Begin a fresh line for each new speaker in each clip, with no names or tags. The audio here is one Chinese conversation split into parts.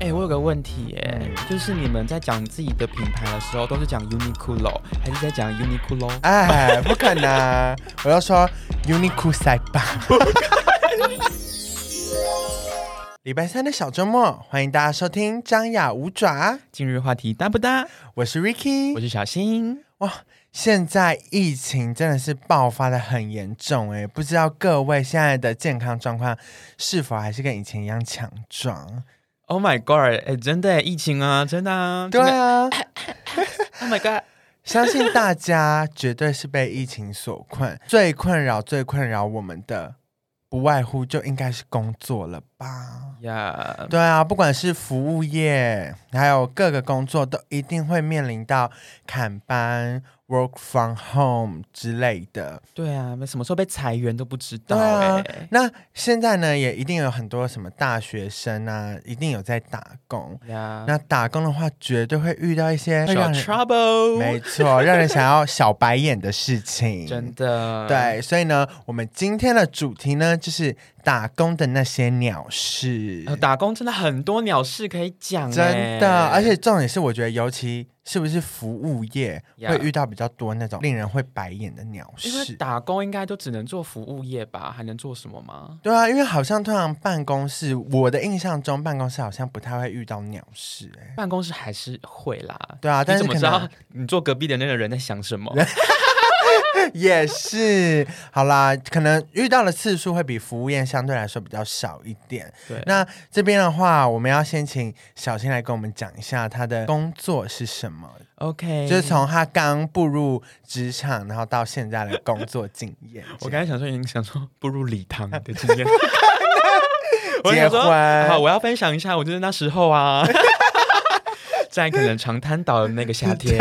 哎、我有个问题耶、
嗯
就是你们在讲自己的品牌的时候，都是讲 Uniqlo 还是在讲 Uniqlo？
哎，不可能！我要说 Uniqlo 塞吧。礼拜三的小周末，欢迎大家收听张雅舞爪，
今日话题搭不搭？
我是
我
Ricky。
是小新。
哇，现在疫情真的是爆发的很严重哎，不知道各位现在的健康状况是否还是跟以前一样强壮？
Oh my god！哎、真的耶疫情啊，真的啊。
对
真的
啊，
Oh my god！
相信大家绝对是被疫情所困，最困扰、最困扰我们的，不外乎就应该是工作了吧。
呀、yeah,，
对啊，不管是服务业，还有各个工作，都一定会面临到砍班、work from home 之类的。
对啊，那什么时候被裁员都不知道
对啊
哎、，
那现在呢，也一定有很多什么大学生啊，一定有在打工。
呀、
那打工的话，绝对会遇到一些会
yeah,，
让人
小嗯 trouble，
没错，让人想要小白眼的事情。
真的。
对，所以呢，我们今天的主题呢，就是打工的那些鸟事。
呃，打工真的很多鸟事可以讲、
真的，
哎
而且重点是，我觉得尤其是不是服务业
Yeah
会遇到比较多那种令人会白眼的鸟
因为
事。
打工应该都只能做服务业吧，还能做什么吗？
对啊，因为好像通常办公室，我的印象中办公室好像不太会遇到鸟事、哎，
办公室还是会啦。
对啊，但
你怎
是
么
可
知
能
道 你坐隔壁的那个人在想什 么？
也是好啦，可能遇到的次数会比服务业相对来说比较少一点。
对，
那这边的话，我们要先请小新来跟我们讲一下他的工作是什么，
OK，
就是从他刚步入职场，然后到现在的工作经验。
我刚才想说，已经想说步入礼 堂的经验。我
结
想说
婚
好，我要分享一下，我就是那时候啊， 在可能长滩岛的那个夏 天，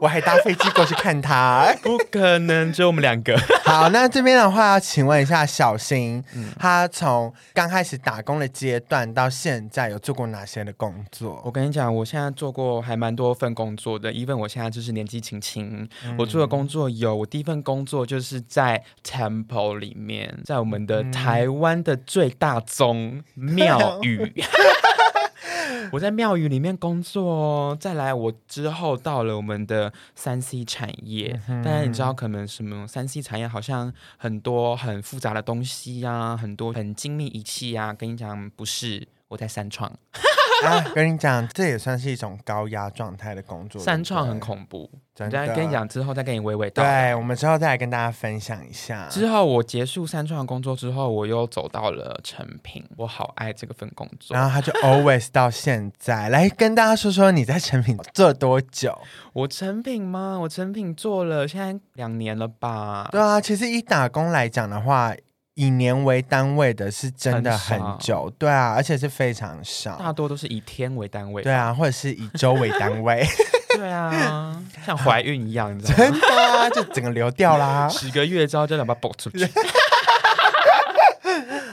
我还搭飞机过去 看他。
不可能只有我们两个。
好，那这边的话，请问一下小新，
嗯
他从刚开始打工的阶段到现在，有做过哪些的工
我
作？
跟你讲，我现在做过还蛮多份工作的，因为我现在就是年纪轻轻，我做的
嗯
工作有，我第一份工作就是在 temple 里面，在我们的台
嗯
湾的最大 宗庙宇。 我在庙宇里面工作哦，再来我之后到了我们的三 C 产业，
嗯
当然你知道可能什么三 C 产业好像很多很复杂的东西呀、很多很精密仪器呀、跟你讲不是，我在三创。
啊，跟你讲，这也算是一种高压状态的工作。
三
对不对
创很恐怖，
真
我
的
再跟你讲之后再跟你娓娓道来。
对，我们之后再来跟大家分享一下。
之后我结束三创的工作之后，我又走到了成品，我好爱这个份工作。
然后他就 always 到现在，来跟大家说说你在成品做多久？
我成品吗？我成品做了现在两年了吧？
对啊，其实以打工来讲的话，以年为单位的是真的很
很
久，对啊，而且是非常
大
少，
多都是以天为单位。
对啊，或者是以周为 单位，
对 啊，像怀孕一样，你知道
真
吗？
的啊、就整个流掉啦。
十个月之后就能把它爆出去。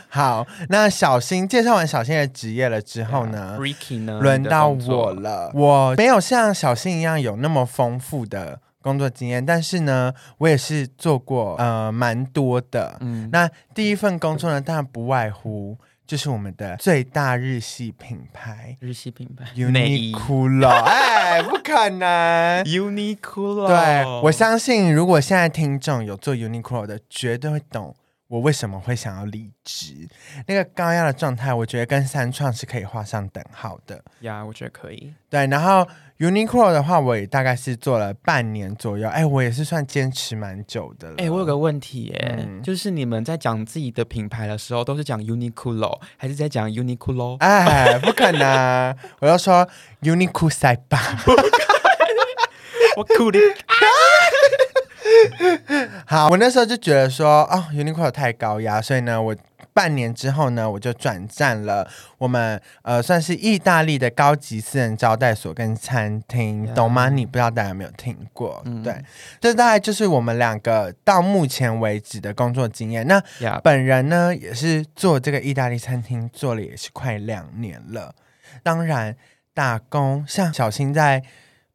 好，那小新介绍完小新的职业了之后呢？
Ricky 呢？
轮到
啊你的工作。
我了，我没有像小新一样有那么丰富的工作经验，但是呢，我也是做过呃蛮多的。
嗯，
那第一份工作呢，当然不外乎就是我们的最大日系品牌
日系品牌内衣
Uniqlo，哎，不 可能。
Uniqlo。
对，我相信如果现在听众有做 Uniqlo 的，绝对会懂我为什么会想要离职。那个高压的状态，我觉得跟三创是可以画上等号的。
呀，我觉得可以。
对，然后 Uniqlo 的话，我也大概是做了半年左右，哎，我也是算坚持蛮久的了。
哎、我有个问题耶、
嗯
就是你们在讲自己的品牌的时候，都是讲 Uniqlo 还是在讲 Uniqlo？
哎，不可能！我要说 Uniqlo 塞吧。
我酷的，
好，我那时候就觉得说，哦，Uniqlo 太高压，所以呢，我半年之后呢，我就转战了我们呃，算是意大利的高级私人招待所跟餐厅，
Yeah
懂吗？你不知道大家有没有听过？
嗯
对，这大概就是我们两个到目前为止的工作经验。那
呀
本人呢，也是做这个意大利餐厅，做了也是快两年了。当然，打工像小新在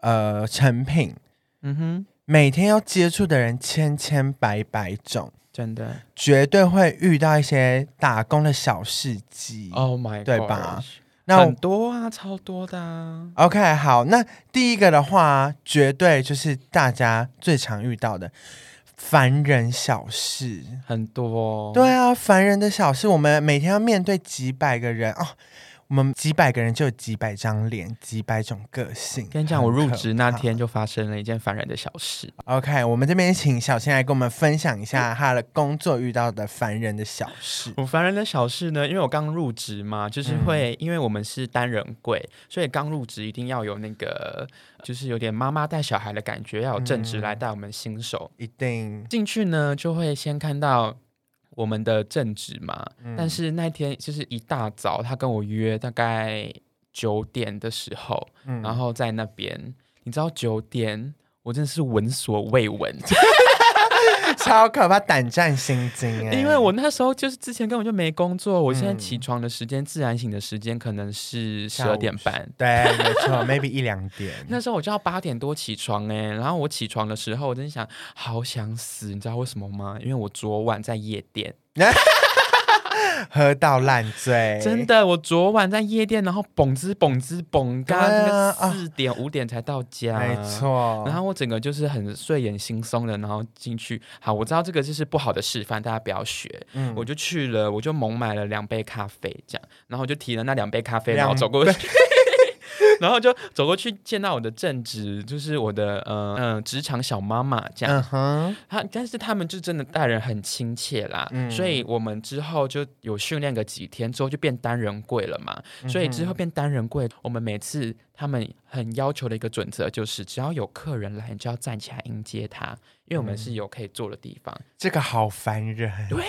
呃成品，
嗯哼，
每天要接触的人千千百百种，
真的
绝对会遇到一些打工的小事迹。
，Oh my，God,
对吧？那我
很多啊，超多的啊。
OK，好，那第一个的话，绝对就是大家最常遇到的烦人小事。
很多、哦，
对啊，烦人的小事，我们每天要面对几百个人哦，我们几百个人就有几百张脸，几百种个性。
跟你讲，我
很
入
可
职那
怕
天就发生了一件烦人的小事。
，OK，我们这边请小新来跟我们分享一
嗯
下他的工作遇到的烦人的小事。
我烦人的小事呢，因为我刚入职嘛，就是会、因为我们是单人柜，所以刚入职一定要有那个，就是有点妈妈带小孩的感觉，要有正职来带我们新手。
一定，
进去呢，就会先看到我们的正职嘛。
嗯
但是那天就是一大早，他跟我约大概九点的时候，
嗯
然后在那边，你知道九点，我真的是闻所未闻，
超可怕，胆战心惊、哎
因为我那时候就是之前根本就没工作，我现在起床的时间、自然醒的时间可能是十
嗯下午
二点半。
对，没错 ，maybe 一两点。
那时候我就要八点多起床哎、然后我起床的时候，我真的想好想死，你知道为什么吗？因为我昨晚在夜店，
喝到烂醉，
真的，我昨晚在夜店，然后蹦滋蹦滋蹦，
对
刚
啊
刚那个四点五点才到家，
没。错。
啊然后我整个就是很睡眼惺忪的，然后进去。好，我知道这个就是不好的示范，大家不要学。
嗯
我就去了，我就猛买了两杯咖啡，这样，然后我就提了那两杯咖啡，然
两
后走过去， 然后就走过去见到我的正职，就是我的呃嗯、呃、职场小妈妈这样。
嗯哼，
他但是他们就真的待人很亲切啦，
嗯
所以我们之后就有训练个几天之后就变单人柜了嘛，所以之后变单人柜，我们每次他们很要求的一个准则就是，只要有客人来，你就要站起来迎接他，因为我们是有可以坐的地方，
这个好烦人。
对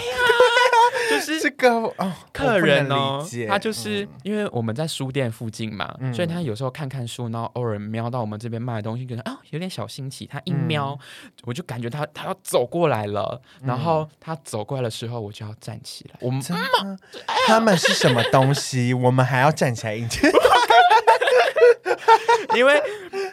就是
这个哦，
客人哦
理解，
他就是、因为我们在书店附近嘛，
嗯
所以他有时候看看书，然后偶尔瞄到我们这边卖的东西，觉得啊、有点小新奇。他一瞄，
嗯
我就感觉他他要走过来了，然后他走过来的时候，我就要站起来。我 们
嗯真的他们是什么东西？我们还要站起来迎 接？
因为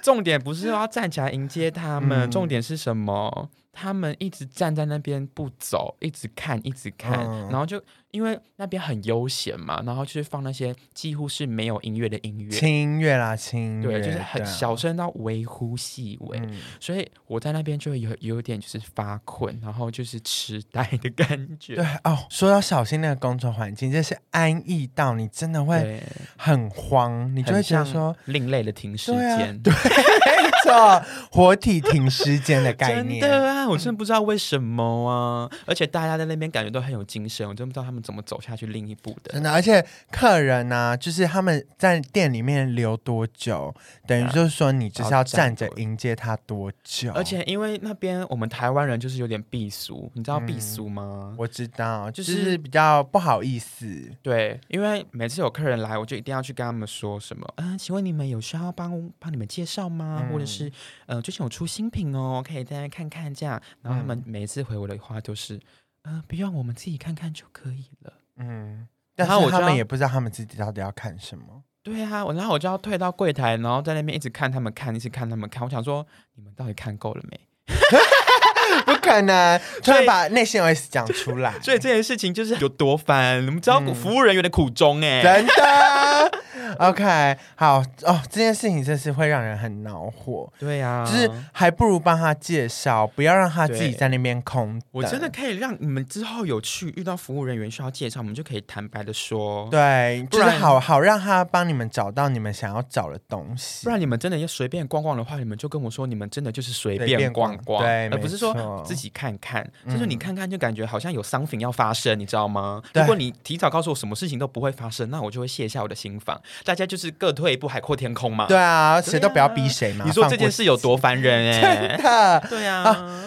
重点不是要站起来迎接他们，
嗯
重点是什么？他们一直站在那边不走，一直看，一直看，
嗯
然后就因为那边很悠闲嘛，然后就是放那些几乎是没有音乐的音乐，
轻音乐啦，轻音乐，
嗯对，就是很
对啊。
小声到微乎细微，
嗯
所以我在那边就会有有点就是发困，然后就是痴呆的感
对
觉。
哦，说到小心那个工作环境，这是安逸到你真的会
对，
很慌，你就会
很
觉得
像
说，
另类的停尸
对啊
间，
没错，活体停尸间的概
真
念，
的啊，我真的不知道为什么啊，而且大家在那边感觉都很有精神，我真不知道他们怎么走下去另一步的。
真的，而且客人呢、就是他们在店里面留多久，等于就是说你就是要站着迎接他多久。
啊而且因为那边我们台湾人就是有点避俗，你知道避
嗯
俗吗？
我知道，就、
就是是
比较不好意思。
对，因为每次有客人来，我就一定要去跟他们说什么，嗯、请问你们有需要帮帮你们介绍吗？或者是，呃，最近有出新品哦，可以大家看看这样。然后他们每一次回我的话都是，嗯、不用，我们自己看看就可以了。
嗯，但
然后
是
我就
他们
要
也不知道他们自己到底要看什么。
对啊，我然后我就要退到柜台，然后在那边一直看他们看，一直看他们看。我想说，你们到底看够了没？
不可能，突然
所以
把内心 OS 讲出 来，
所以这件事情就是有多烦，你们知道
嗯
服务人员的苦衷哎、
真的。OK，好哦，这件事情真是会让人很恼火，
对啊，
就是还不如帮他介绍，不要让他自己
对
在那边空等。
我真的可以让你们之后有去遇到服务人员需要介绍，我们就可以坦白的说，
对，
不
就是
然
好好让他帮你们找到你们想要找的东西。
不然你们真的要随便逛逛的话，你们就跟我说，你们真的就是随
随
便
便
逛
逛
逛，
对
而不是
没
说
错
自己看看。
嗯
就是你看看，就感觉好像有 something 要发生，你知道吗？
对
如果你提早告诉我什么事情都不会发生，那我就会卸下我的心防。大家就是各退一步，海阔天空嘛。
对啊，谁都不要逼谁嘛。
你说
放
这
过
件事有多烦人哎、
真的。
对啊，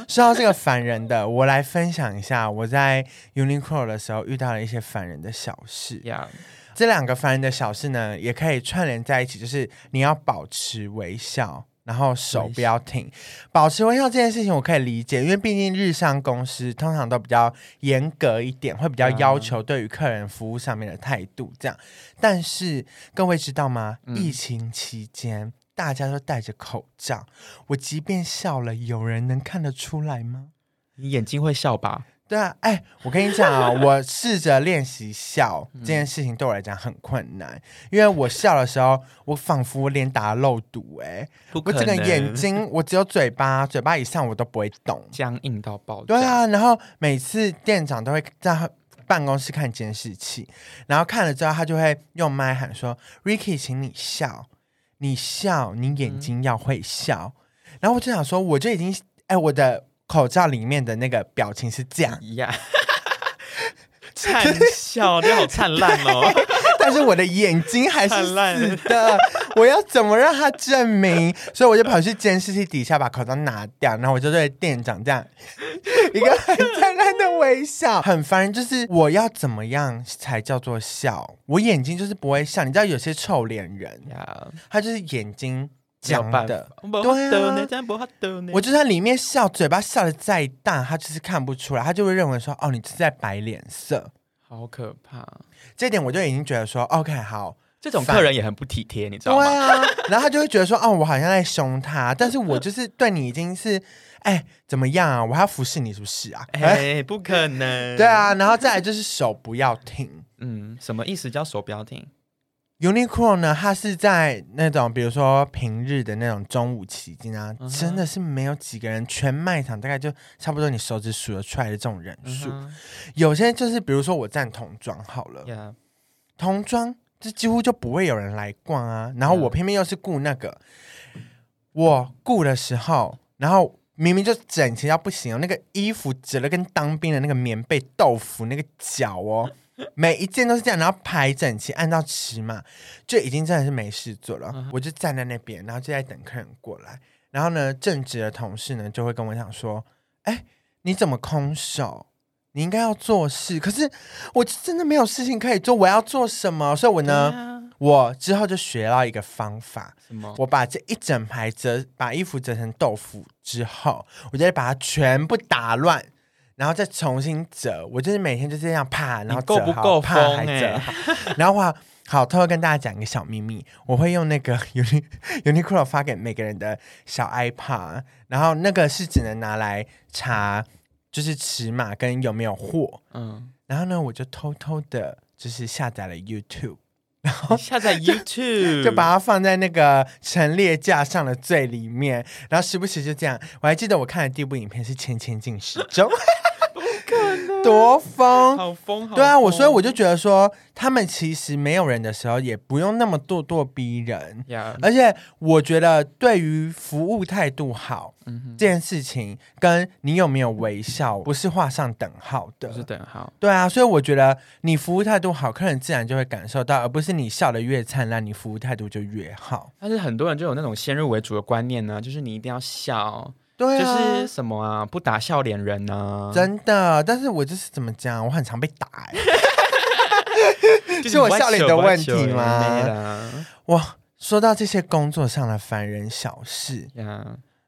说到这个烦人的，我来分享一下我在 Uniqlo 的时候遇到了一些烦人的小事。
呀、
这两个烦人的小事呢，也可以串联在一起，就是你要保持微笑。然后手不要停，保持微笑这件事情我可以理解，因为毕竟日商公司通常都比较严格一点，会比较
对啊
要求对于客人服务上面的态度这样。但是各位知道吗？
嗯
疫情期间大家都戴着口罩，我即便笑了，有人能看得出来吗？
你眼睛会笑吧？
对啊，哎、我跟你 讲啊，我试着练习笑
嗯
这件事情对我来讲很困难，因为我笑的时候，我仿佛脸打漏毒、哎，
不
我
可
整个
能
眼睛，我只有嘴巴，嘴巴以上我都不会 动。
僵硬到爆炸。
对，啊，然后每次店长都会在办公室看监视器，然后看了之后，他就会用麦喊说：“Ricky，请你笑，你笑，
嗯
你眼睛要会笑。然后我就想说，我就已经哎，我的口罩里面的那个表情是这样，
一样。 灿笑，你好灿烂 哦！
但是我的眼睛还是
灿烂
死的，我要怎么让他证明？所以我就跑去监视器底下把口罩拿掉，然后我就对店长 这样一个很灿烂的微笑，很烦人。就是我要怎么样才叫做笑？我眼睛就是不会笑，你知道有些臭脸人，
呀，
他就是眼睛
没有
讲
办
的
法，不好
对啊
抖呢这样不好抖呢
我就算里面笑，嘴巴笑的再大，他就是看不出来，他就会认为说哦，你是在摆脸色。
好可怕。
这点我就已经觉得说 OK 好。
这种
反
客人也很不体贴，你知
对
道吗？
啊，然后他就会觉得说，哦，我好像在凶他，但是我就是对你已经是，哎，怎么样啊？我还要服侍你是不是啊？
哎，不可能。
对，啊，然后再来就是手不要停。
嗯，什么意思叫手标停？
Uniqlo 呢，它是在那种比如说平日的那种中午期间啊
嗯哼
真的是没有几个人，全卖场大概就差不多你手指数得出来的这种人
嗯
数。有些就是比如说我站童装好了，
呀，
童装这几乎就不会有人来逛啊。然后我
嗯
偏偏又是雇那个，我雇的时候，然后明明就整齐到不行哦，那个衣服折了跟当兵的那个棉被豆腐那个角哦。每一件都是这样，然后排整齐，按照尺码，就已经真的是没事做了。
嗯哼
我就站在那边，然后就在等客人过来。然后呢，正直的同事呢就会跟我讲说：“哎，你怎么空手？你应该要做事。”可是我真的没有事情可以做，我要做什么？所以我呢，
呢？
我之后就学到一个方法，
啊什么？
我把这一整排折，把衣服折成豆腐之后，我再把它全部打乱。然后再重新折，我就是每天就是这样啪，然后
你够
折
不
好
够
啪
疯
还
欸
折好，然后话好，偷偷跟大家讲一个小秘密，我会用那个 Uni Uniqlo 发给每个人的小 iPad，然后那个是只能拿来查就是尺码跟有没有货，
嗯，
然后呢，我就偷偷的，就是下载了 YouTube，
你下载 YouTube，
就把它放在那个陈列架上的最里面，然后时不时就这样。我还记得我看的第一部影片是《千千进时 钟》，多疯！
好疯，好
对啊，我
疯
所以我就觉得说，他们其实没有人的时候，也不用那么咄咄逼人。
呀，
而且我觉得，对于服务态度好
嗯哼，
这件事情，跟你有没有微笑不是画上等号的。
不是等号。
对啊，所以我觉得你服务态度好，客人自然就会感受到，而不是你笑得越灿烂，你服务态度就越好。
但是很多人就有那种先入为主的观念呢，就是你一定要笑，
对
就
啊，
是什么啊，不打笑脸人呐、啊，
真的。但是我就是怎么讲，我很常被打、欸，
就是
我笑脸的问题吗
没啦
哇。说到这些工作上的烦人小事，
呀，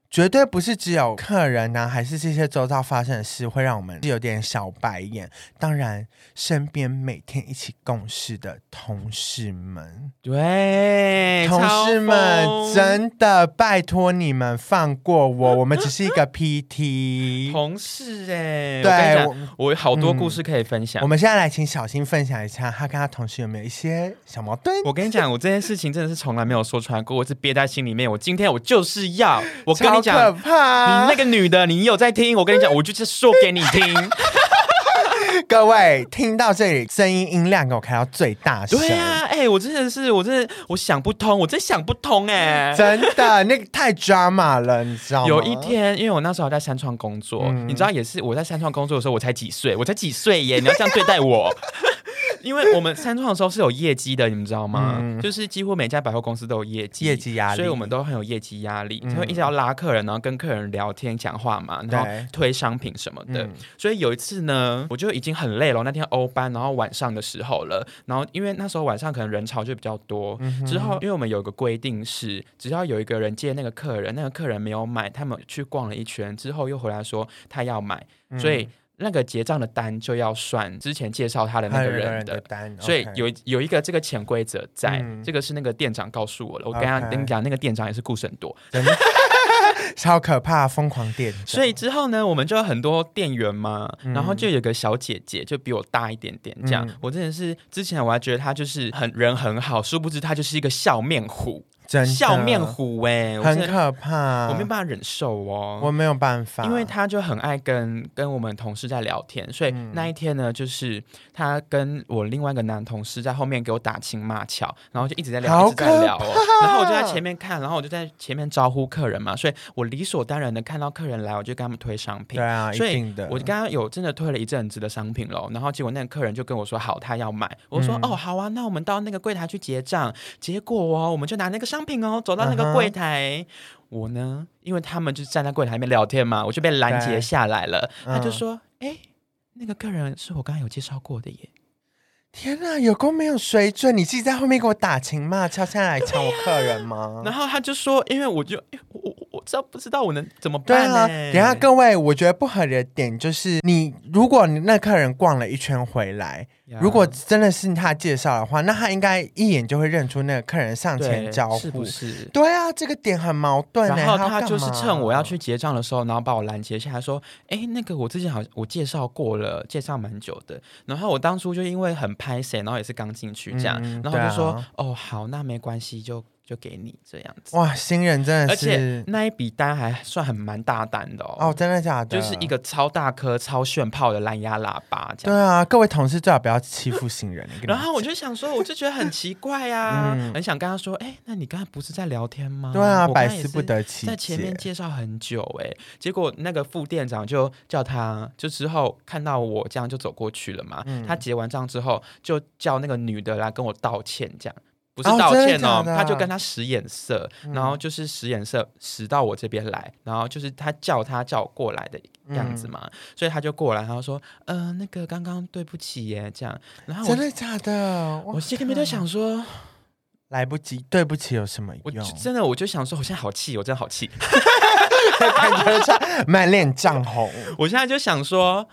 绝对不是只有客人呐、还是这些周遭发生的事会让我们有点小白眼。当然，身边每天一起共事的同事们，
对，
同事们
哎超疯
真的拜托你们放过我，我们只是一个 PT。
同事哎、
对，
我跟你
我嗯
讲，我有好多故事可以分享。
我们现在来请小新分享一下，他跟他同事有没有一些小矛盾？
我跟你讲，我这件事情真的是从来没有说出来过，我是憋在心里面。我今天我就是 要，我跟你
超可
讲，你
怕！
那个女的，你有在听？我跟你 讲，我就是说给你听。
各位听到这里，声音音量给我开到最大声。
对呀、哎、我真的是，我真的，我想不通，我真想不通哎、
真的，那个太 drama 了，你知道吗？
有一天，因为我那时候还在三创工作，
嗯
你知道，也是我在三创工作的时候，我才几岁，我才几岁耶，你要这样对待我。 因为我们三创的时候是有业绩的，你们知道吗？
嗯
就是几乎每家百货公司都有业绩，
业绩压力，
所以我们都很有业绩压力，
嗯
就会一直要拉客人，然后跟客人聊天、讲话嘛，然后
对
推商品什么的。
嗯
所以有一次呢，我就已经很累了，那天欧班，然后晚上的时候了，然后因为那时候晚上可能人潮就比较多，
嗯
之后因为我们有个规定是，只要有一个人接那个客人，那个客人没有买，他们去逛了一圈之后又回来说他要买，
嗯
所以那个结账的单就要算之前介绍他的那个
嗯啊还有
人
的
的。
单，
所以
OK
有一 有一个这个潜规则在，
嗯
这个是那个店长告诉我了。我跟他
OK
跟你讲，那个店长也是顾省多，
真的 超可怕，疯狂店长。
所以之后呢，我们就有很多店员嘛，然后
嗯
就有个小姐姐，就比我大一点点，这样。我真的是之前我还觉得她就是很人很好，殊不知她就是一个笑面虎，
真的
笑面虎哎、我真
很
的
可怕，
我没有办法忍受哦。
我没有办法，
因为他就很爱跟跟我们同事在聊天，所以
嗯
那一天呢，就是他跟我另外一个男同事在后面给我打情骂俏，然后就一直在聊，
好
一直在聊、哦
可怕，
然后我就在前面看，然后我就在前面招呼客人嘛，所以我理所当然的看到客人来，我就跟他们推商品
对。啊，一
所以
定的，
我刚刚有真的推了一阵子的商品喽，然后结果那个客人就跟我说好，他要买。我
嗯
说、哦好啊，那我们到那个柜台去结账。结果哦，我们就拿那个商品哦，走到那
嗯
个
哼
柜台。我呢，因为他们就站在柜台里面聊天嘛，我就被拦截
对
下来了。他就
嗯
说：“哎、那个客人是我刚刚有介绍过的耶。
天哪，有够没有水准！你自己在后面给我打情骂俏，现在来抢我客人吗？
然后他就说：“因为我就我我我知道不知道我能怎么
对
办呢、
啊，等一下各位，我觉得不合理的点就是，你如果你那客人逛了一圈回来，
呀
如果真的是他介绍的话，那他应该一眼就会认出那个客人上前
对
招
是
呼
不。是？
对啊，这个点很矛盾欸。
然后
要
他
干
就是
嘛哦
趁我要，去结账的时候，然后把我拦截下来，说：“哎，那个我之前好像我介绍过了，介绍蛮久的。然后我当初就因为很拍谁，然后也是刚进去这样，
嗯
然后我就说：
对啊
哦，好，那没关系，就就给你这样子。
哇，新人真
而
的
且
是
那一笔单还算很蛮大单的
哦，
哦，
真的假的？
就是一个超大颗、超炫炮的蓝牙喇叭这
对
样。”
啊，各位同事最好不要欺负新人。我跟你
然后我就想说，我就觉得很奇怪呀、 很想跟他说，哎，那你刚才不是在聊天吗？
嗯对啊，
我刚
百
才也
思不
是
得其解。
在前面介绍很久哎、结果那个副店长就叫他，就之后看到我这样就走过去了嘛。
嗯
他结完账之后，就叫那个女的来跟我道歉，这样不是
哦
道
真的
歉哦，
假的嗯
他就跟他使眼色，然后就是使眼色使到我这边来，然后就是他叫他叫我过来的
嗯
样子嘛，所以他就过来，然后说，呃，那个刚刚对不起耶，这样，然后
真
啊我
的假的？
我心里面就想说，
来不及，对不起有什么
我就
用？
真的我就想说，我现在好气，我真的好气。
感觉他满脸涨红。
我现在就想说，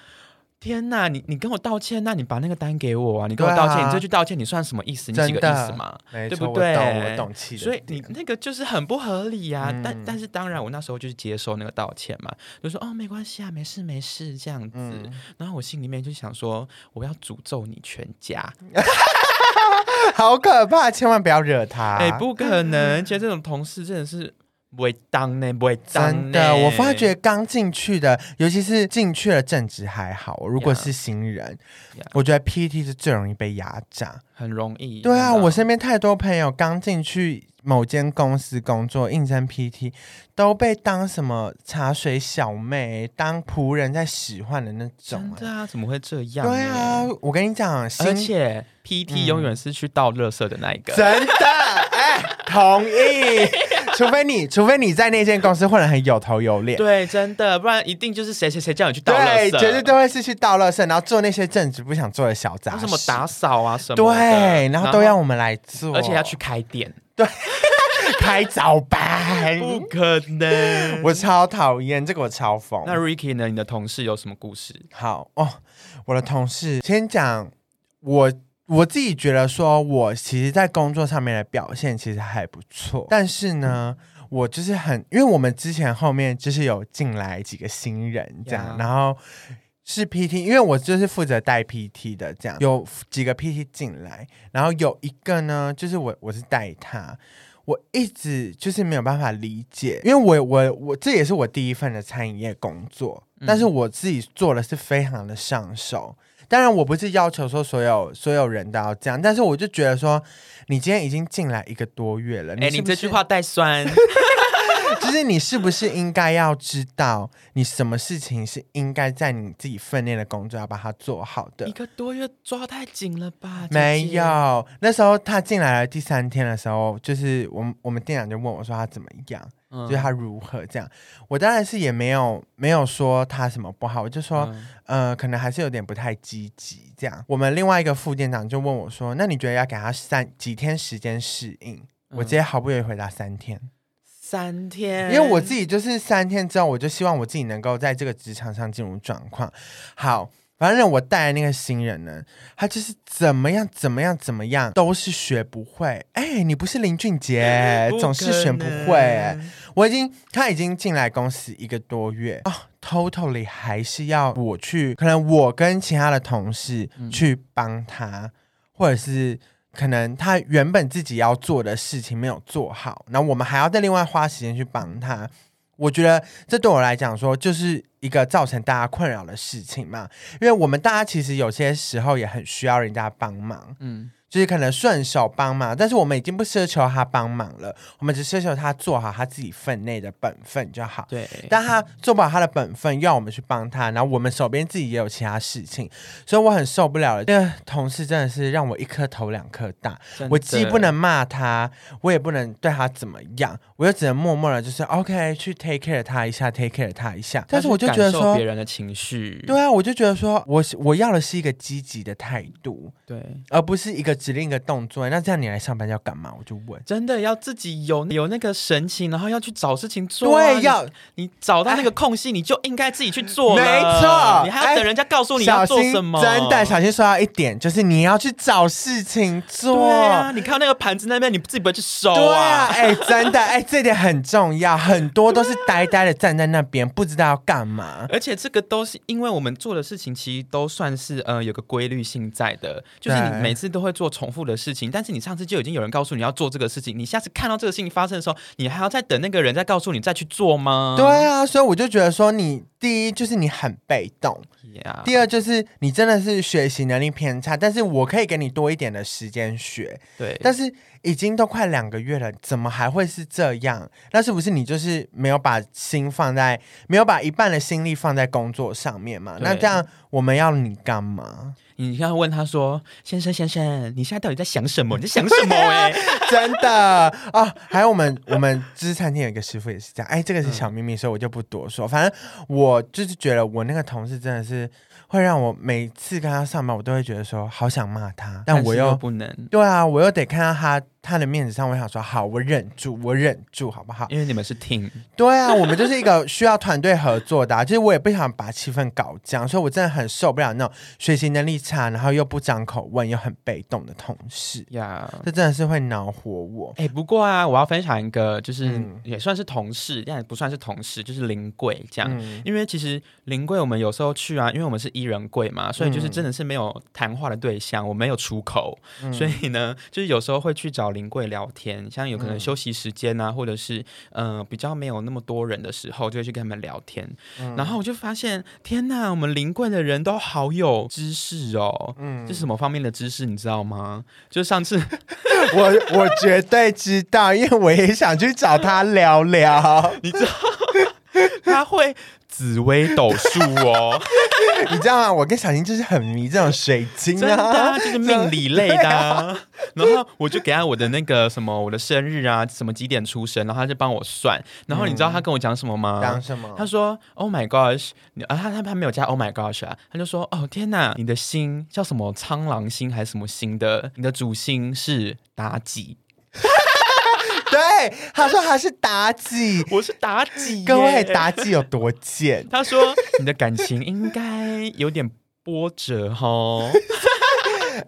天呐，你你跟我道歉，那你把那个单给我啊！你跟我
对啊
道歉，你这句道歉你算什么意思？你
真
几个
的
意思嘛？
没
对
错，
不对
我懂，我懂气的
所以
点。
你那个就是很不合理呀、
嗯
但但是当然，我那时候就是接受那个道歉嘛，就说哦没关系啊，没事没事这样子。
嗯
然后我心里面就想说，我要诅咒你全家。
好可怕，千万不要惹他。
哎、不可能！觉得这种同事真的是不会当呢，不会当
真
呢。
的，我发觉刚进去的，尤其是进去了正职还好，如果
Yeah
是新人
Yeah
我觉得 PT 是最容易被压榨。
很容易。
对啊，
真的
我身边太多朋友刚进去某间公司工作，应征 PT 都被当什么茶水小妹、当仆人在使唤的那种
真、的
哎
啊，怎么会这样呢？
对啊，我跟你讲，新
而且
嗯
PT 永远是去倒垃圾的那一个。
真的，哎、同 意。除非你，除非你在那间公司混得很有头有脸，
对，真的，不然一定就是谁谁谁叫你去倒垃
对，
圾，
绝对都会是去倒垃圾，然后做那些正职不想做的小杂
那
事，
什么打扫啊什么的，
对，然后都要，我们来做，
而且要去开店，
开早班。
不可 能。
我超讨厌这个，我超疯。
那 Ricky 呢？你的同事有什么故事？
好哦，我的同事先讲我。我自己觉得说，我其实，在工作上面的表现其实还不错，但是呢，我就是很，因为我们之前后面就是有进来几个新人这样
Yeah
然后是 PT，因为我就是负责带 PT 的，这样有几个 PT 进来，然后有一个呢，就是我我是带他，我一直就是没有办法理解，因为我我我这也是我第一份的餐饮业工作，
嗯
但是我自己做的是非常的上手。当然，我不是要求说所有所有人都要这样，但是我就觉得说，你今天已经进来一个多月了，
哎，
是
你
不
这
是
句话带酸，
就是你是不是应该要知道，你什么事情是应该在你自己分内的工作要把它做好的
一？个多月抓太紧了吧？姐姐
没，有，那时候他进来了第三天的时候，就是我们我们店长就问我说他怎么样，
嗯
就是他如何这样。我当然是也没有没有说他什么不好，我就说、
嗯
呃，可能还是有点不太积极这样。我们另外一个副店长就问我说，那你觉得要给他三几天时间适应？
嗯
我直接毫不犹豫回答三天。
三天，
因为我自己就是三天之后，我就希望我自己能够在这个职场上进入状况。好，反正我带的那个新人呢，他就是怎么样怎么样怎么样都是学不会。哎，你不是林俊
哎
杰，总是学不会、哎我已经他已经进来公司一个多月啊、t o t a l l y 还是要我去，可能我跟其他的同事去帮他，或者是可能他原本自己要做的事情没有做好，然后我们还要再另外花时间去帮他。我觉得这对我来讲说，就是一个造成大家困扰的事情嘛，因为我们大家其实有些时候也很需要人家帮忙，
嗯，
就是可能顺手帮忙，但是我们已经不奢求他帮忙了，我们只奢求他做好他自己分内的本分就好。
对，
但他做不好他的本分，要我们去帮他，然后我们手边自己也有其他事情，所以我很受不了了。这个同事真的是让我一颗头两颗大，
真
我既
的
不能骂他，我也不能对他怎么样，我就只能默默的，就是 OK 去 take care 他一下，take care 他一下。但是我就觉得
要去感受
说
别，人的情绪，
对啊，我就觉得说我是我要的是一个积极的态度，
对，
而不是一个指令一个动作。那这样你来上班要干嘛？我就问。
真的要自己有有那个神情，然后要去找事情做啊、
对，
你
要
你找到那个空隙，你就应该自己去做了
没错哎
你还要等人家告诉你要
小
做
心
什么，
真的小心说到一点，就是你要去找事情做。
对啊，你看到那个盘子那边，你自己不会去收
对啊，
啊？
哎、真的，哎、这点很重要。很多都是呆呆的站在那边，不知道要干嘛。
而且这个都是因为我们做的事情，其实都算是呃有个规律性在的，就是
对
你每次都会做重复的事情，但是你上次就已经有人告诉你要做这个事情，你下次看到这个事情发生的时候，你还要再等那个人再告诉你再去做吗？
对啊，所以我就觉得说你，第一就是你很被动，
呀
第二就是你真的是学习能力偏差。但是我可以给你多一点的时间学，
对，
但是已经都快两个月了，怎么还会是这样？那是不是你就是没有把心放在，没有把一半的心力放在工作上面嘛？
对
那这样我们要你干嘛？
你要问他说：“先生，先生，你现在到底在想什么？你在想 什么、欸？”哎，
真的啊、还有我们我们就是餐厅有一个师傅也是这样，哎，
嗯
这个是小秘密，所以我就不多说。反正我就是觉得我那个同事真的是会让我每次跟他上班，我都会觉得说好想骂他，但我
是
又
不能，
对啊，我又得看到他他的面子上，我想说好，我忍住，我忍住，好不好？
因为你们是 team，
对啊，我们就是一个需要团队合作的、啊，就是我也不想把气氛搞僵，所以我真的很受不了那种学习能力差，然后又不张口问，又很被动的同事，
呀。
这真的是会恼火我。
哎、不过啊，我要分享一个，就是
嗯
也算是同事，但也不算是同事，就是临柜这样。
嗯，
因为其实临柜我们有时候去啊，因为我们是一人柜嘛，所以就是真的是没有谈话的对象，我没有出口，
嗯
所以呢，就是有时候会去找临柜聊天，像有可能
嗯
休息时间啊，或者是呃比较没有那么多人的时候，就会去跟他们聊天。
嗯
然后我就发现，天呐，我们临柜的人都好有知识哦。
嗯
这是什么方面的知识，你知道吗？就上次
我我绝对知道，因为我也想去找他聊 聊。
他会紫微斗数哦，
你知道吗？我跟小新就是很迷这种水晶
真的
啊
啊、，就是命理类的啊、然后我就给他我的那个什么，我的生日啊，什么几点出生，然后他就帮我算。然后你知道他跟我讲什么吗？
当什么？
他说：“Oh my gosh！” 你啊，他他他没有加 “Oh my gosh” 啊，他就说：“哦天哪，你的星叫什么苍狼星还是什么星的？你的主星是妲己。”
对，他说他是妲己，
我是妲己，
各位，妲己有多贱？
他说你的感情应该有点波折哦哈，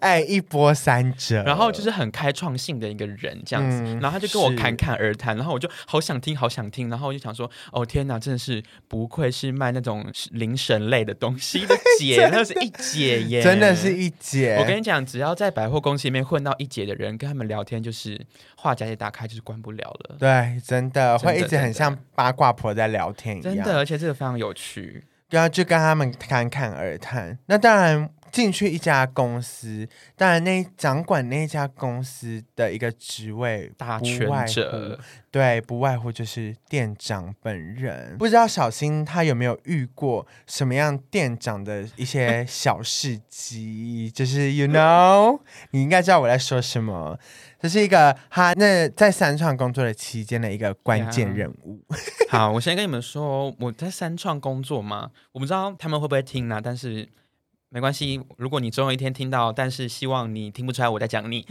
哎，一波三折。
然后就是很开创性的一个人这样子，
嗯
然后他就跟我
是
侃侃而谈，然后我就好想听，好想听，然后我就想说，哦天哪，真的是不愧是卖那种灵神类的东西 的姐，那是一姐耶，
真的是。一姐，
我跟你讲，只要在百货公司里面混到一姐的人，跟他们聊天就是话匣子打开就是关不了了，
对，真的
真的
会一直很像八卦婆在聊天一样，
真的，，而且这个非常有趣。
然啊后就跟他们侃侃而谈。那当然。进去一家公司，当然那掌管那家公司的一个职位，
大
不
权
外乎
者，
对，不外乎就是店长本人。不知道小新他有没有遇过什么样店长的一些小事迹？就 是 you know，你应该知道我在说什么。这是一个他那在三创工作的期间的一个关键
Yeah
任务。
好，我先跟你们说，我在三创工作嘛，我不知道他们会不会听呢、但是没关系，如果你总有一天听到，但是希望你听不出来我在讲你。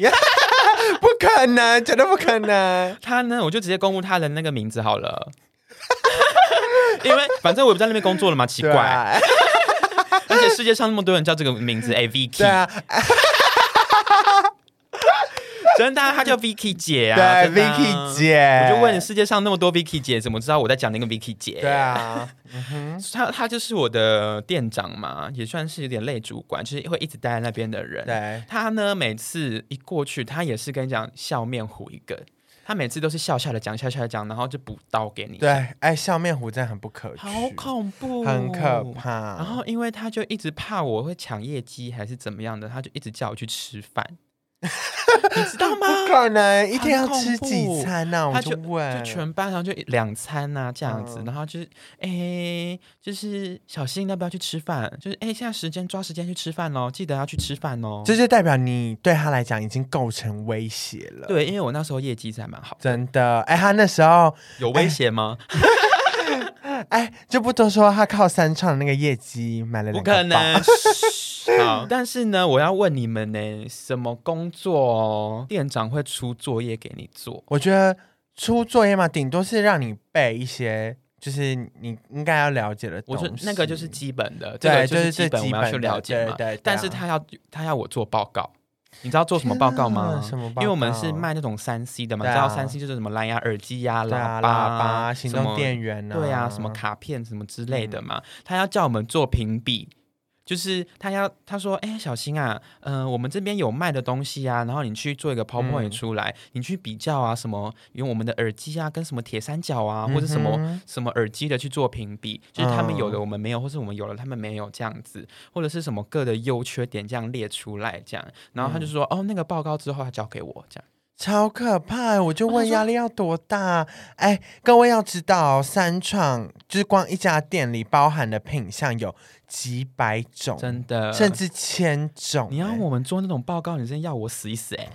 不可能，绝对不可能。
他呢，我就直接公布他的那个名字好了，因为反正我也不在那边工作了嘛，奇怪。
对啊，
而且世界上那么多人叫这个名字，哎，Vicky，
对啊，
真的啊，她叫 Vicky 姐
对
啊，真的啊
，Vicky。姐，
我就问世界上那么多 Vicky 姐，怎么知道我在讲那个 Vicky 姐？
对啊，
他他就是我的店长嘛，也算是有点类主管，就是会一直待在那边的人。
对，
他呢，每次一过去，他也是跟你讲笑面虎一个，他每次都是笑笑的讲，笑笑的讲，然后就补刀给你。，
对，哎，笑面虎真的很不可取，
好恐怖，哦啊
很可。怕。
然后，因为他就一直怕我会抢业绩还是怎么样的，他就一直叫我去吃饭， 你知道吗？
不可能，一
很
天要
恐
吃几
啊怖
餐呐、我
他
就
就
问，
就全班，然后就两餐呐、这样子，
嗯
然后就是哎、就是小新要不要去吃饭？就是哎、现在时间抓时间去吃饭哦，记得要去吃饭哦。
这就代表你对他来讲已经构成威胁了。，
对，因为我那时候业绩是还蛮好，
真的。哎，他那时候，
有威胁吗？
哎，就不多说，他靠三创的那个业绩买了
不
两
可
个包。
能。好，但是呢，我要问你们呢，什么工作哦店长会出作业给你做？
我觉得出作业嘛，顶多是让你背一些，就是你应该要了解的
我
东西。
说那个就是基本的，这
对，
个
就
就是基
最
本我
基
们要去
本的
了解
对
嘛。
对对啊
但是他要他要我做报告，你知道做什么报告吗？
天啊什么报告？
因为我们是卖那种三 C 的嘛，
对啊
你知道三 C 就是什么蓝牙耳机呀、
对啊
喇
喇
叭、
叭、行动
源、
电源啊，嗯
对啊，什么卡片什么之类的嘛。他要叫我们做评比，就是他要他说，哎、小新啊，嗯、我们这边有卖的东西啊，然后你去做
嗯
一个 PowerPoint 出来，你去比较啊，什么用我们的耳机啊，跟什么铁三角啊，或者什么
嗯哼
什么耳机的去做评比，就是他们有
哦
的我们没有，或是我们有了他们没有这样子，或者是什么各的优缺点这样列出来这样，然后
嗯
他就说、哦，那个报告之后他交给我这样，
超可怕！我就
我
问
想说
压力要多大？哎，各位要知道，三创就是光一家店里包含的品相有几百种，
真的，
哦甚至千种、
你要
哎
我们做那种报告，你真的要我死一死哎、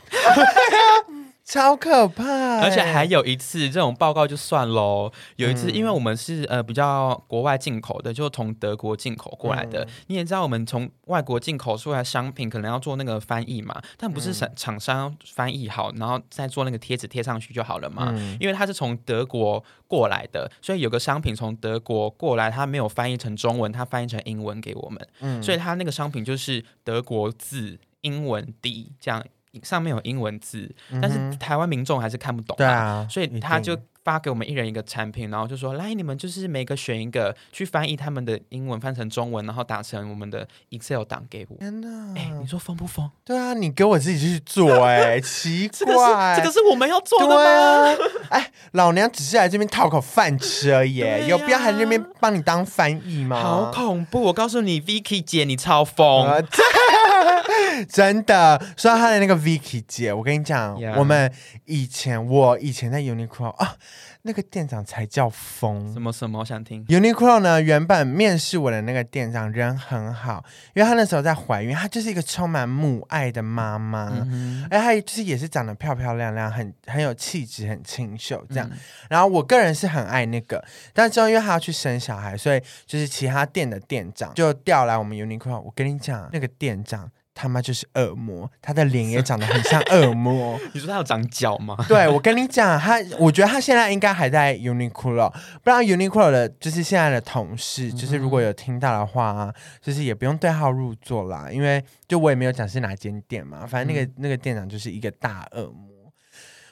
超可怕、
而且
哎
还有一次这种报告就算喽，有一
嗯
次因为我们是呃比较国外进口的，就从德国进口过来的。
嗯
你也知道，我们从外国进口出来的商品，可能要做那个翻译嘛，但不是
嗯
厂厂商翻译好，然后再做那个贴纸贴上去就好了
哎
嘛。
嗯
因为它是从德国过来的，所以有个商品从德国过来，它没有翻译成中文，它翻译成英文给我们，
嗯
所以它那个商品就是德国字英文 D 这样。上面有英文字，但是台湾民众还是看不懂、
嗯对啊，
所
一
以他
定
就发给我们一人一个产品，然后就说来，你们就是每个选一个去翻译他们的英文，翻成中文，然后打成我们的 Excel 档给我。
天哪，
哎、你说疯不疯？
对啊，你给我自己去做、哎，奇
这个是
怪，
这个是我们要做的
对
吗？
啊，哎，老娘只是来这边讨口饭吃而已、
对啊
有必要还在那边帮你当翻译吗？
好恐怖！我告诉你，Vicky 姐，你超疯。
呃，真的，说到她的那个 Vicky 姐，我跟你讲
Yeah
我们以前我以前在 Uniqlo 啊，那个店长才叫疯
什。么什么？我想听。
Uniqlo 呢，原本面试我的那个店长人很好，因为她那时候在怀孕，她就是一个充满母爱的妈妈，
嗯
哎、她就是也是长得漂漂亮亮，很很有气质，很清秀这样。
嗯
然后我个人是很爱那个，但之后因为她要去生小孩，所以就是其他店的店长就调来我们 Uniqlo。我跟你讲，那个店长他妈就是恶魔，他的脸也长得很像恶魔。
你说她有长脚吗？
对，我跟你讲，他我觉得他现在应该还在 Uniqlo，不然 Uniqlo 的就是现在的同事，就是如果有听到的话、啊，就是也不用对号入座啦，因为就我也没有讲是哪间店嘛，反正那个、那个店长就是一个大恶魔。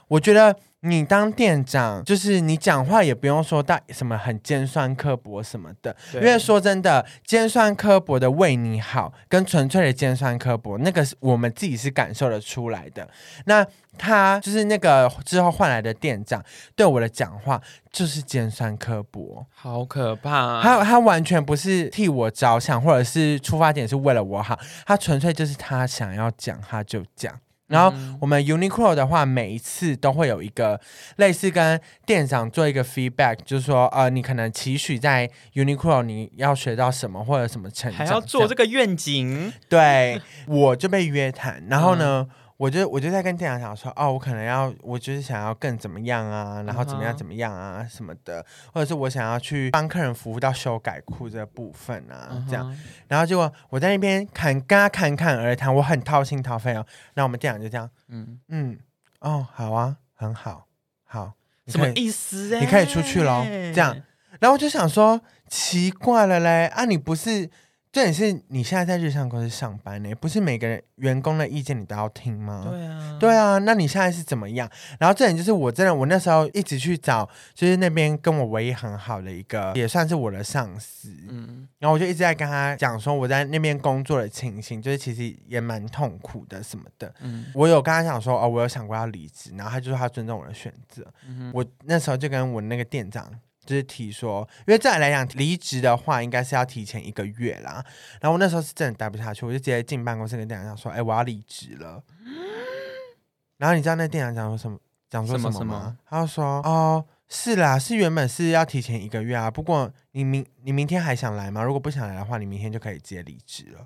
我觉得你当店长，就是你讲话也不用说到什么很尖酸刻薄什么的，因为说真的，尖酸刻薄的为你好，跟纯粹的尖酸刻薄，那个是我们自己是感受得出来的。那他就是那个之后换来的店长对我的讲话就是尖酸刻薄，
好可怕。
他他完全不是替我着想，或者是出发点是为了我好，他纯粹就是他想要讲他就讲。然后
嗯
我们 Uniqlo 的话，每一次都会有一个类似跟店长做一个 feedback，就是说，呃，你可能期许在 Uniqlo 你要学到什么或者什么成长，
还要
这样
做这个愿景，
对，我就被约谈，然后呢，
嗯
我就我就在跟店长讲说，哦，我可能要，我就是想要更怎么样啊，然后怎
嗯
么样
哼
怎么样啊什么的，或者是我想要去帮客人服务到修改裤这部分啊，这样。
嗯哼
然后结果我在那边侃跟他侃侃而谈，我很掏心掏肺哦。然后我们店长就这样，
嗯，
嗯，哦，好啊，很好，好，你
什么
可以
意思、欸？
你可以出去咯这样然后我就想说，奇怪了嘞，啊，你不是重点是你现在在日上公司上班呢，不是每个人员工的意见你都要听吗？
对啊，
对啊，那你现在是怎么样？然后这点就是我真的，我那时候一直去找，就是那边跟我唯一很好的一个，也算是我的上司。
嗯，
然后我就一直在跟他讲说我在那边工作的情形，就是其实也蛮痛苦的什么的。
嗯
我有跟他讲说哦，我有想过要离职，然后他就说他尊重我的选择。
嗯
我那时候就跟我那个店长就是提说，因为照理来讲，离职的话应该是要提前一个月啦。然后我那时候是真的待不下去，我就直接进办公室跟店长讲说：“哎、我要离职了。”然后你知道那店长讲说什么？讲说什么吗？
什么什么
他就说：“哦，是啦，是原本是要提前一个月啊，不过你明你明天还想来吗？如果不想来的话，你明天就可以直接离职了。”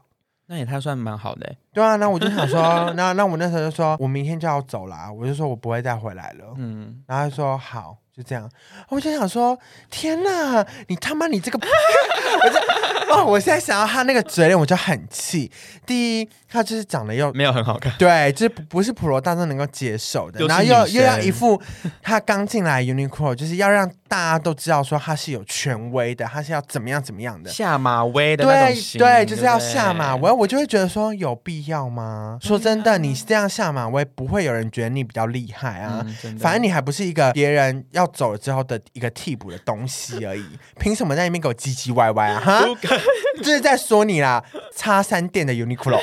那也他算蛮好的欸、
对啊，那我就想 说，那那我那时候就说我明天就要走啦，我就说我不会再回来了。
嗯，
然后他说好，就这样。我就想说，天哪，你他妈你这个，我就哦，我现在想到他那个嘴脸，我就很气。第一，他就是长得又
没有很好看，
对，就是不不是普罗大众能够接受的，
又是
然后又
女
又要一
生
副他刚进来 Uniqlo，就是要让大家都知道说他是有权威的，他是要怎么样怎么样的。
下马威的那
对
种型，
对，
对，嗯
就是要下马威，。我就会觉得说有必要吗？说真的，你这样下马威，不会有人觉得你比较厉害啊。
嗯，真的
反正你还不是一个别人要走了之后的一个替补的东西而已， 凭什么在那边给我唧唧歪歪啊？哈，
不可
这是在说你啦，叉三店的 Uniqlo。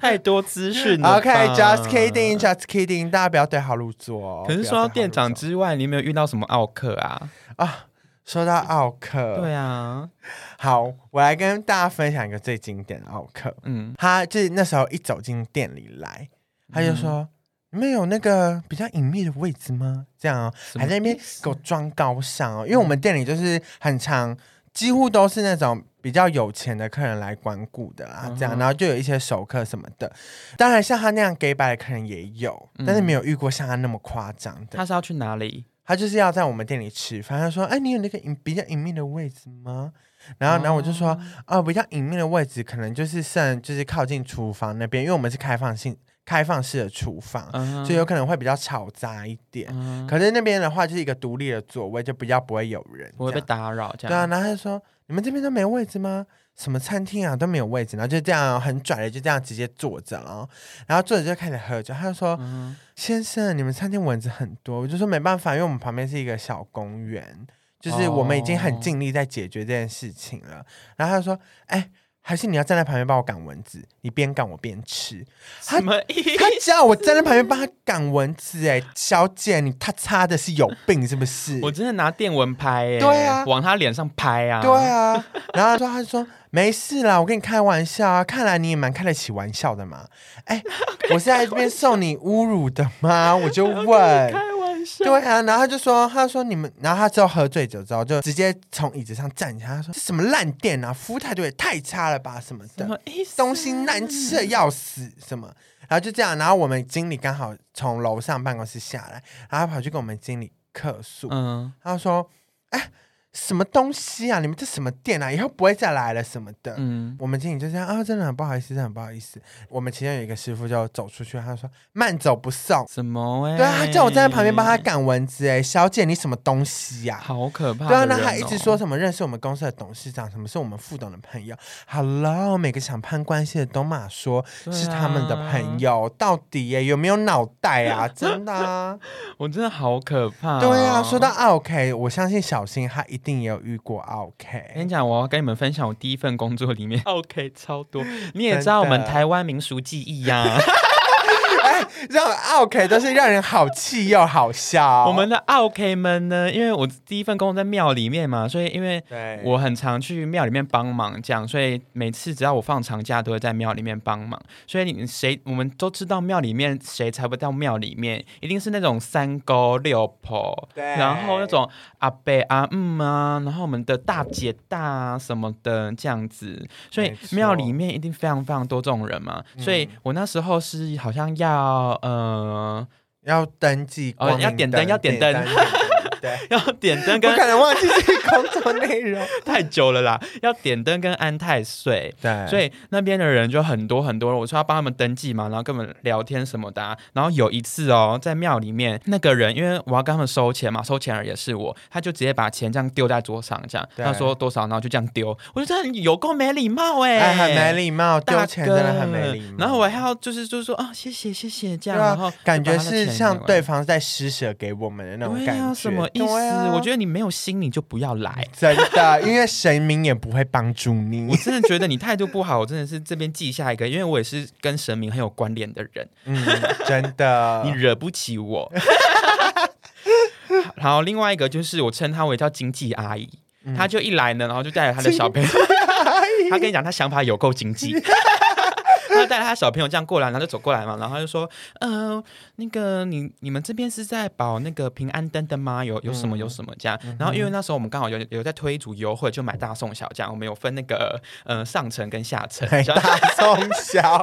太多资讯了吧。
OK，just、kidding，just kidding，大家不要对号入座哦。
可是
不
说到
要对号入座
店长之外，你有没有遇到什么奥克啊？
啊，说到奥克，
对啊，
好，我来跟大家分享一个最经典的奥克。
嗯，
他就是那时候一走进店里来，他就说：“
嗯
你们有那个比较隐秘的位置吗？”这样、哦，
什么
还在那边给我装高尚哦，因为我们店里就是很常，几乎都是那种比较有钱的客人来光顾的啦，这
嗯
样，
哼
然后就有一些熟客什么的。当然，像他那样 gay 白的客人也有，但是没有遇过像他那么夸张的。
他是要去哪里？
他就是要在我们店里吃饭。他说：“哎，你有那个隐比较隐秘的位置吗？”然后，然后我就说：“
哦
啊、比较隐秘的位置可能就是剩就是靠近厨房那边，因为我们是开放性开放式的厨房，
嗯，
所以有可能会比较吵杂一点。
嗯
可是那边的话就是一个独立的座位，就比较不会有人。
不会
这
被
样
打扰，这
对啊，
样。
然后他就说：“你们这边都没位置吗？什么餐厅啊都没有位置。”然后就这样很拽的就这样直接坐着了，然后坐着就开始喝酒。他就说：“
嗯
先生，你们餐厅蚊子很多。我就说没办法，因为我们旁边是一个小公园，就是我们已经
哦
很尽力在解决这件事情了。然后他就说，哎、还是你要站在旁边帮我赶蚊子，你边赶我边 吃。他
什么意思？
他叫我站在旁边帮他赶蚊子、哎，小姐，你他擦的是有病是不是？
我真的拿电蚊拍耶、
对啊
往他脸上拍啊，
对啊，然后他说他就说没事啦，我跟你开玩笑啊，看来你也蛮开得起玩笑的嘛。哎、我是在这边受你侮辱的吗？我就 问。
开玩笑，
对啊，然后他就说，他说你们，然后他之后喝醉酒之后，就直接从椅子上站起来，他说这什么烂店啊，服务态度也太差了吧，什么
什
的，
么意思？
啊
啊
东西难吃的要死，什么，然后就这样，然后我们经理刚好从楼上办公室下来，然后他跑去跟我们经理客诉，
嗯，
他说，哎，什么东西啊，你们这什么店啊，以后不会再来了什么的，
嗯
我们经理就这样啊，真的很不好意思，真的很不好意思。我们其中有一个师傅就走出去，他说慢走不送。
什么哎、
对啊，他叫我站在旁边帮他，赶蚊子、哎，小姐你什么东西呀、
好可怕、哦
对啊，那他一直说，什么认识我们公司的董事长，什么是我们副董的朋友。Hello，每个想攀关系的都马说、
对啊
是他们的朋友，到底耶有没有脑袋 啊？真的啊，
我真的好可怕、哦
对啊。说到。奥 K，我相信小新他一定也有遇过奥
跟
K。
你讲，我要跟你们分享我第一份工作里 面，OK，超多。你也知道我
真的
们台湾民俗记忆呀、
哎，让奥 K 都是让人好气又好笑。
我们的 OK 们呢，因为我第一份工作在庙里面嘛，所以因为
对
我很常去庙里面帮忙，这样，所以每次只要我放长假，都会在庙里面帮忙。所以你们谁，我们都知道庙里面谁才会到庙里面，一定是那种三姑六婆，
对
然后那种阿伯阿姆啊，然后我们的大姐大啊什么的这样子。所以
没错嗯
庙里面一定非常非常多这种人嘛。所以我那时候是好像要呃。
要登记，
哦
光明
要点灯要点灯
点灯对，
要点灯
我
跟
可能忘记这个工作内容。
太久了啦，要点灯跟安太岁。
对，
所以那边的人就很多很多人，我说要帮他们登记嘛，然后跟我们聊天什么的啊、然后有一次哦，在庙里面，那个人因为我要跟他们收钱嘛，收钱人也是我，他就直接把钱这样丢在桌上，这样
对
他说多少，然后就这样丢，我觉得很有够没礼貌哎、
哎，很没礼貌，
大哥，
丢钱真的很没礼貌。
然后我还要就是就是说啊，谢谢谢谢这样，
对啊
然后
感觉
就把他的
是
钱
像
给我
对方在施舍给我们的那种
对
感觉，
啊，什么意思？
对啊
我觉得你没有心，你就不要来。
真的，因为神明也不会帮助
我
你。
真的觉得你态度不好，我真的是这边记下一个，因为我也是跟神明很有关联的人，
嗯，真的
你，惹不起我。然后另外一个就是我称她为叫经济阿姨，她就一来呢，然后就带着她的小朋友，她跟你讲她想法有够经济。她带着她小朋友这样过来，然后就走过来嘛，然后她就说：“呃，那个你你们这边是在保那个平安灯的吗？有有什么有什么这样？”然后因为那时候我们刚好有有在推一组优惠，就买大送小这样，我们有分那个呃上层跟下层，
哎
这样
大送 小，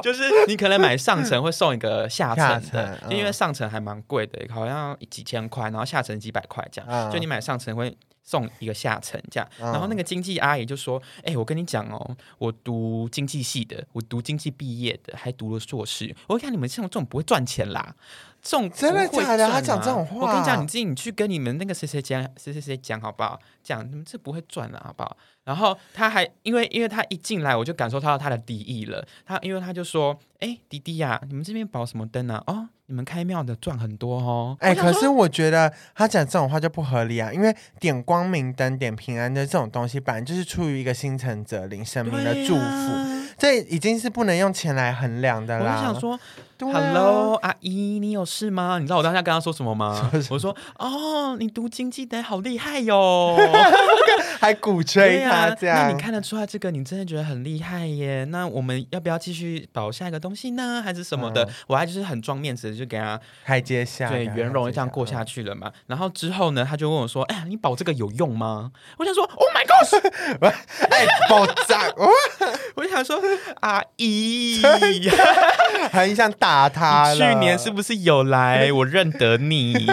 就是你可能买上层会送一个下层的
下，层嗯
因为上层还蛮贵的，好像几千块，然后下层几百块这样。
嗯
就你买上层会送一个下层这样。
嗯
然后那个经济阿姨就说：“哎、我跟你讲哦，我读经济系的，我读经济毕业的，还读了硕士。我看你们像这种不会赚钱啦。”这种
真的
不会
假的
赚
她讲
啊
这种话
我跟你讲，你自己你去跟你们那个谁谁讲，谁谁谁讲好不好？讲你们这不会赚啊了、好不好？然后他还因为因为他一进来我就感受到他的敌意了，他因为他就说，哎、弟弟呀、你们这边保什么灯啊？哦，你们开庙的赚很多哦。
哎、
我想
可
说
是我觉得他讲这种话就不合理啊，因为点光明灯、点平安灯这种东西，本来就是出于一个心诚则灵神明的
对啊
祝福，啊
呀
这已经是不能用钱来衡量的
我就
啦。
想说、
对
h e
啊
l l o 阿姨，你有事吗？你知道我当下跟她说什么 吗？我说，哦，你读经济的好厉害 哟。
还鼓
对
吹
呀、
他这
那
样，
你看得出来这个，你真的觉得很厉害耶。那我们要不要继续保下一个东西呢？还是什么的？
嗯
我还就是很装面子，就给她
台阶下，嗯
对圆融地这样过
去。
下去了嘛。然后之后呢，他就问我说：“哎、你保这个有用吗？”我想说：“Oh my god！”
哎，爆炸！哇，
我就想说：“阿姨，
很想打他了。
去年是不是有来？我认得你。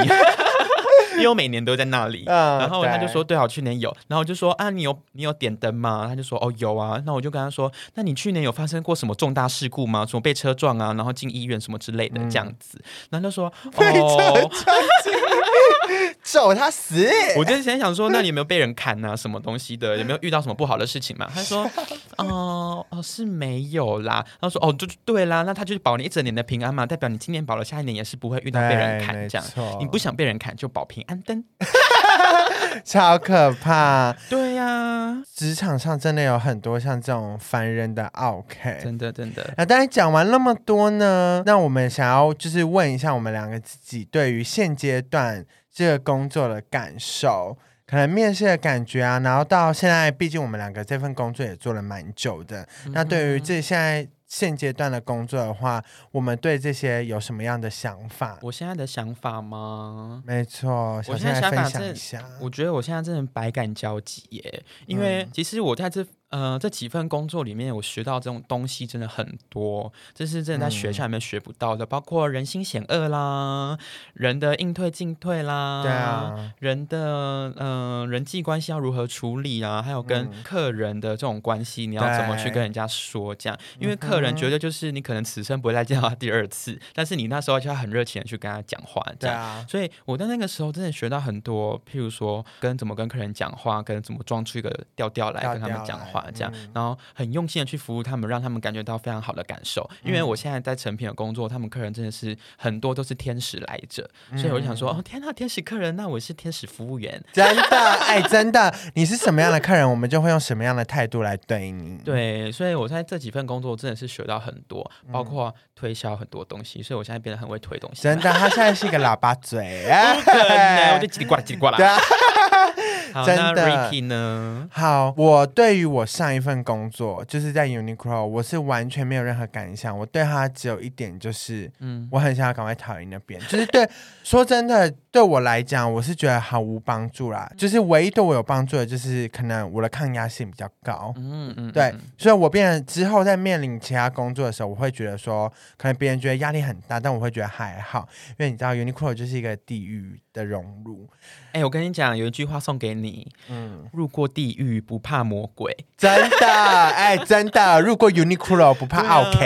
因为我每年都在那里，
嗯
然后他就
对
说对啊，我去年有，然后我就说啊，你有你有点灯吗？他就说哦有啊，那我就跟他说，那你去年有发生过什么重大事故吗？什么被车撞啊，然后进医院什么之类的这样子，然后他就说
嗯 被车
哦，
撞 进，咒他死！
我就前想说，那你有没有被人砍啊？什么东西的？有没有遇到什么不好的事情嘛？他 说，哦、哦，是没有啦。他说，哦，就对啦，那他就是保你一整年的平安嘛，代表你今年保了，下一年也是不会遇到被人
对
砍
哎没
这样
错。
你不想被人砍就保平安灯。
超可怕。
对呀、
职场上真的有很多像这种烦人的 OK。
真的真的。
那当然讲完那么多呢，那我们想要就是问一下我们两个自己对于现阶段这个工作的感受，可能面试的感觉啊，然后到现在，毕竟我们两个这份工作也做了蛮久的，
嗯
那对于这现在现阶段的工作的话，我们对这些有什么样的想法？
我现在的想法吗？
没错，小
我
仙
现在
来
想
分
法
享
是
一下。
我觉得我现在真的百感交集耶，因
嗯
为其实我在这呃这几份工作里面，我学到这种东西真的很多，这是真的在学校里面学不到
嗯
的，包括人心险恶啦，人的应退进退啦，
对。啊，
人的嗯、呃人际关系要如何处理啊？还有跟
嗯
客人的这种关系，你要怎么去
对
跟人家说？这样，因为客
嗯
人觉得就是你可能此生不会再见到他第二次，但是你那时候就要很热情的去跟他讲话，这
对
样。
啊，
所以我在那个时候真的学到很多，譬如说跟怎么跟客人讲话，跟怎么装出一个调调来
调
跟他们
调
讲
来
话，这样，
嗯
然后很用心的去服务他们，让他们感觉到非常好的感受。因为
嗯
我现在在成品的工作，他们客人真的是很多都是天使来着，
嗯
所以我就想说，哦天呐，天使客人，那我是天使服务员。
真的，哎、真的，你是什么样的客人，我们就会用什么样的态度来对你。
对，所以我在这几份工作真的是学到很多，包
嗯
括推销很多东西，所以我现在变得很会推东西。
真的，他现在是一个喇叭嘴，
不可能，我就叽里呱啦叽里呱啦。
对啊
好，
真
那
的
Ricky 呢？
好，我对于我上一份工作就是在 Uniqlo，我是完全没有任何感想。我对它只有一点就是，
嗯
嗯，我很想要赶快逃离那边。就是对，说真的，对我来讲，我是觉得毫无帮助啦。就是唯一对我有帮助的，就是可能我的抗压性比较高。
嗯嗯，
对
嗯，
所以我变成之后在面临其他工作的时候，我会觉得说，可能别人觉得压力很大，但我会觉得还好，因为你知道 Uniqlo 就是一个地狱的熔炉。
哎、我跟你讲，有一句话送给你：
嗯。
入过地狱不怕魔鬼。
真的，哎，真的，如果 Uniqlo 不怕 OK。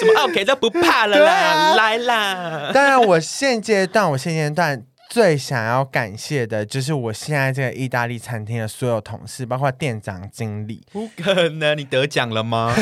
什么 OK 都不怕了
对
啦，
啊
来啦！
当然，我现阶段，我现阶段最想要感谢的就是我现在这个意大利餐厅的所有同事，包括店长、经理，
不可能，你得奖了吗？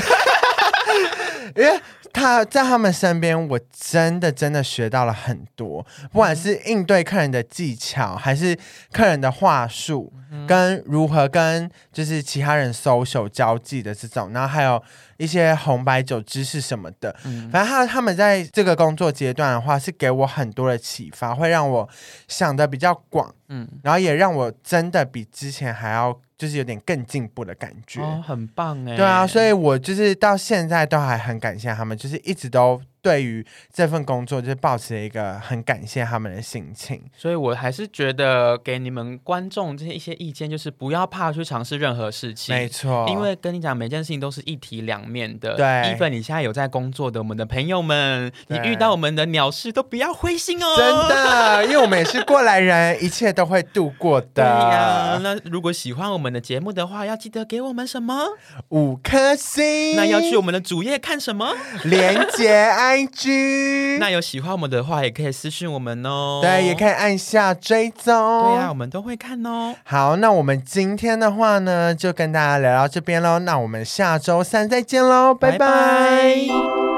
因为他在他们身边，我真的真的学到了很多，不管是应对客人的技巧，还是客人的话术，跟如何跟就是其他人 social 交际的这种，然后还有一些红白酒知识什么的。反正他他们在这个工作阶段的话，是给我很多的启发，会让我想的比较广，
嗯
嗯，然后也让我真的比之前还要就是有点更进步的感觉。
哦，很棒哎、
对啊，所
以
以我就是到现在都还很感谢他们，就是一直都对于这份工作就是保持了一个很感谢他们的心情。
所以我还是觉得给你们观众这些一些意见，就是不要怕去尝试任何事情。
没错，
因为跟你讲，每件事情都是一体两面的。
对
，even 你现在有在工作的我们的朋友们，你
对
遇到我们的鸟事都不要灰心哦。
真的，因为我们也是过来人，一切都会度过
对呀、
的。
那如果喜欢我们的节目的话，要记得给我们什么？
五颗星，
那要去我们的主页看什么？
连接 IG，
那有喜欢我们的话，也可以私信我们哦。
对，也可以按下追踪。
对啊呀、我们都会看哦。
好，那我们今天的话呢，就跟大家聊到这边喽。那我们下周三再见喽，拜拜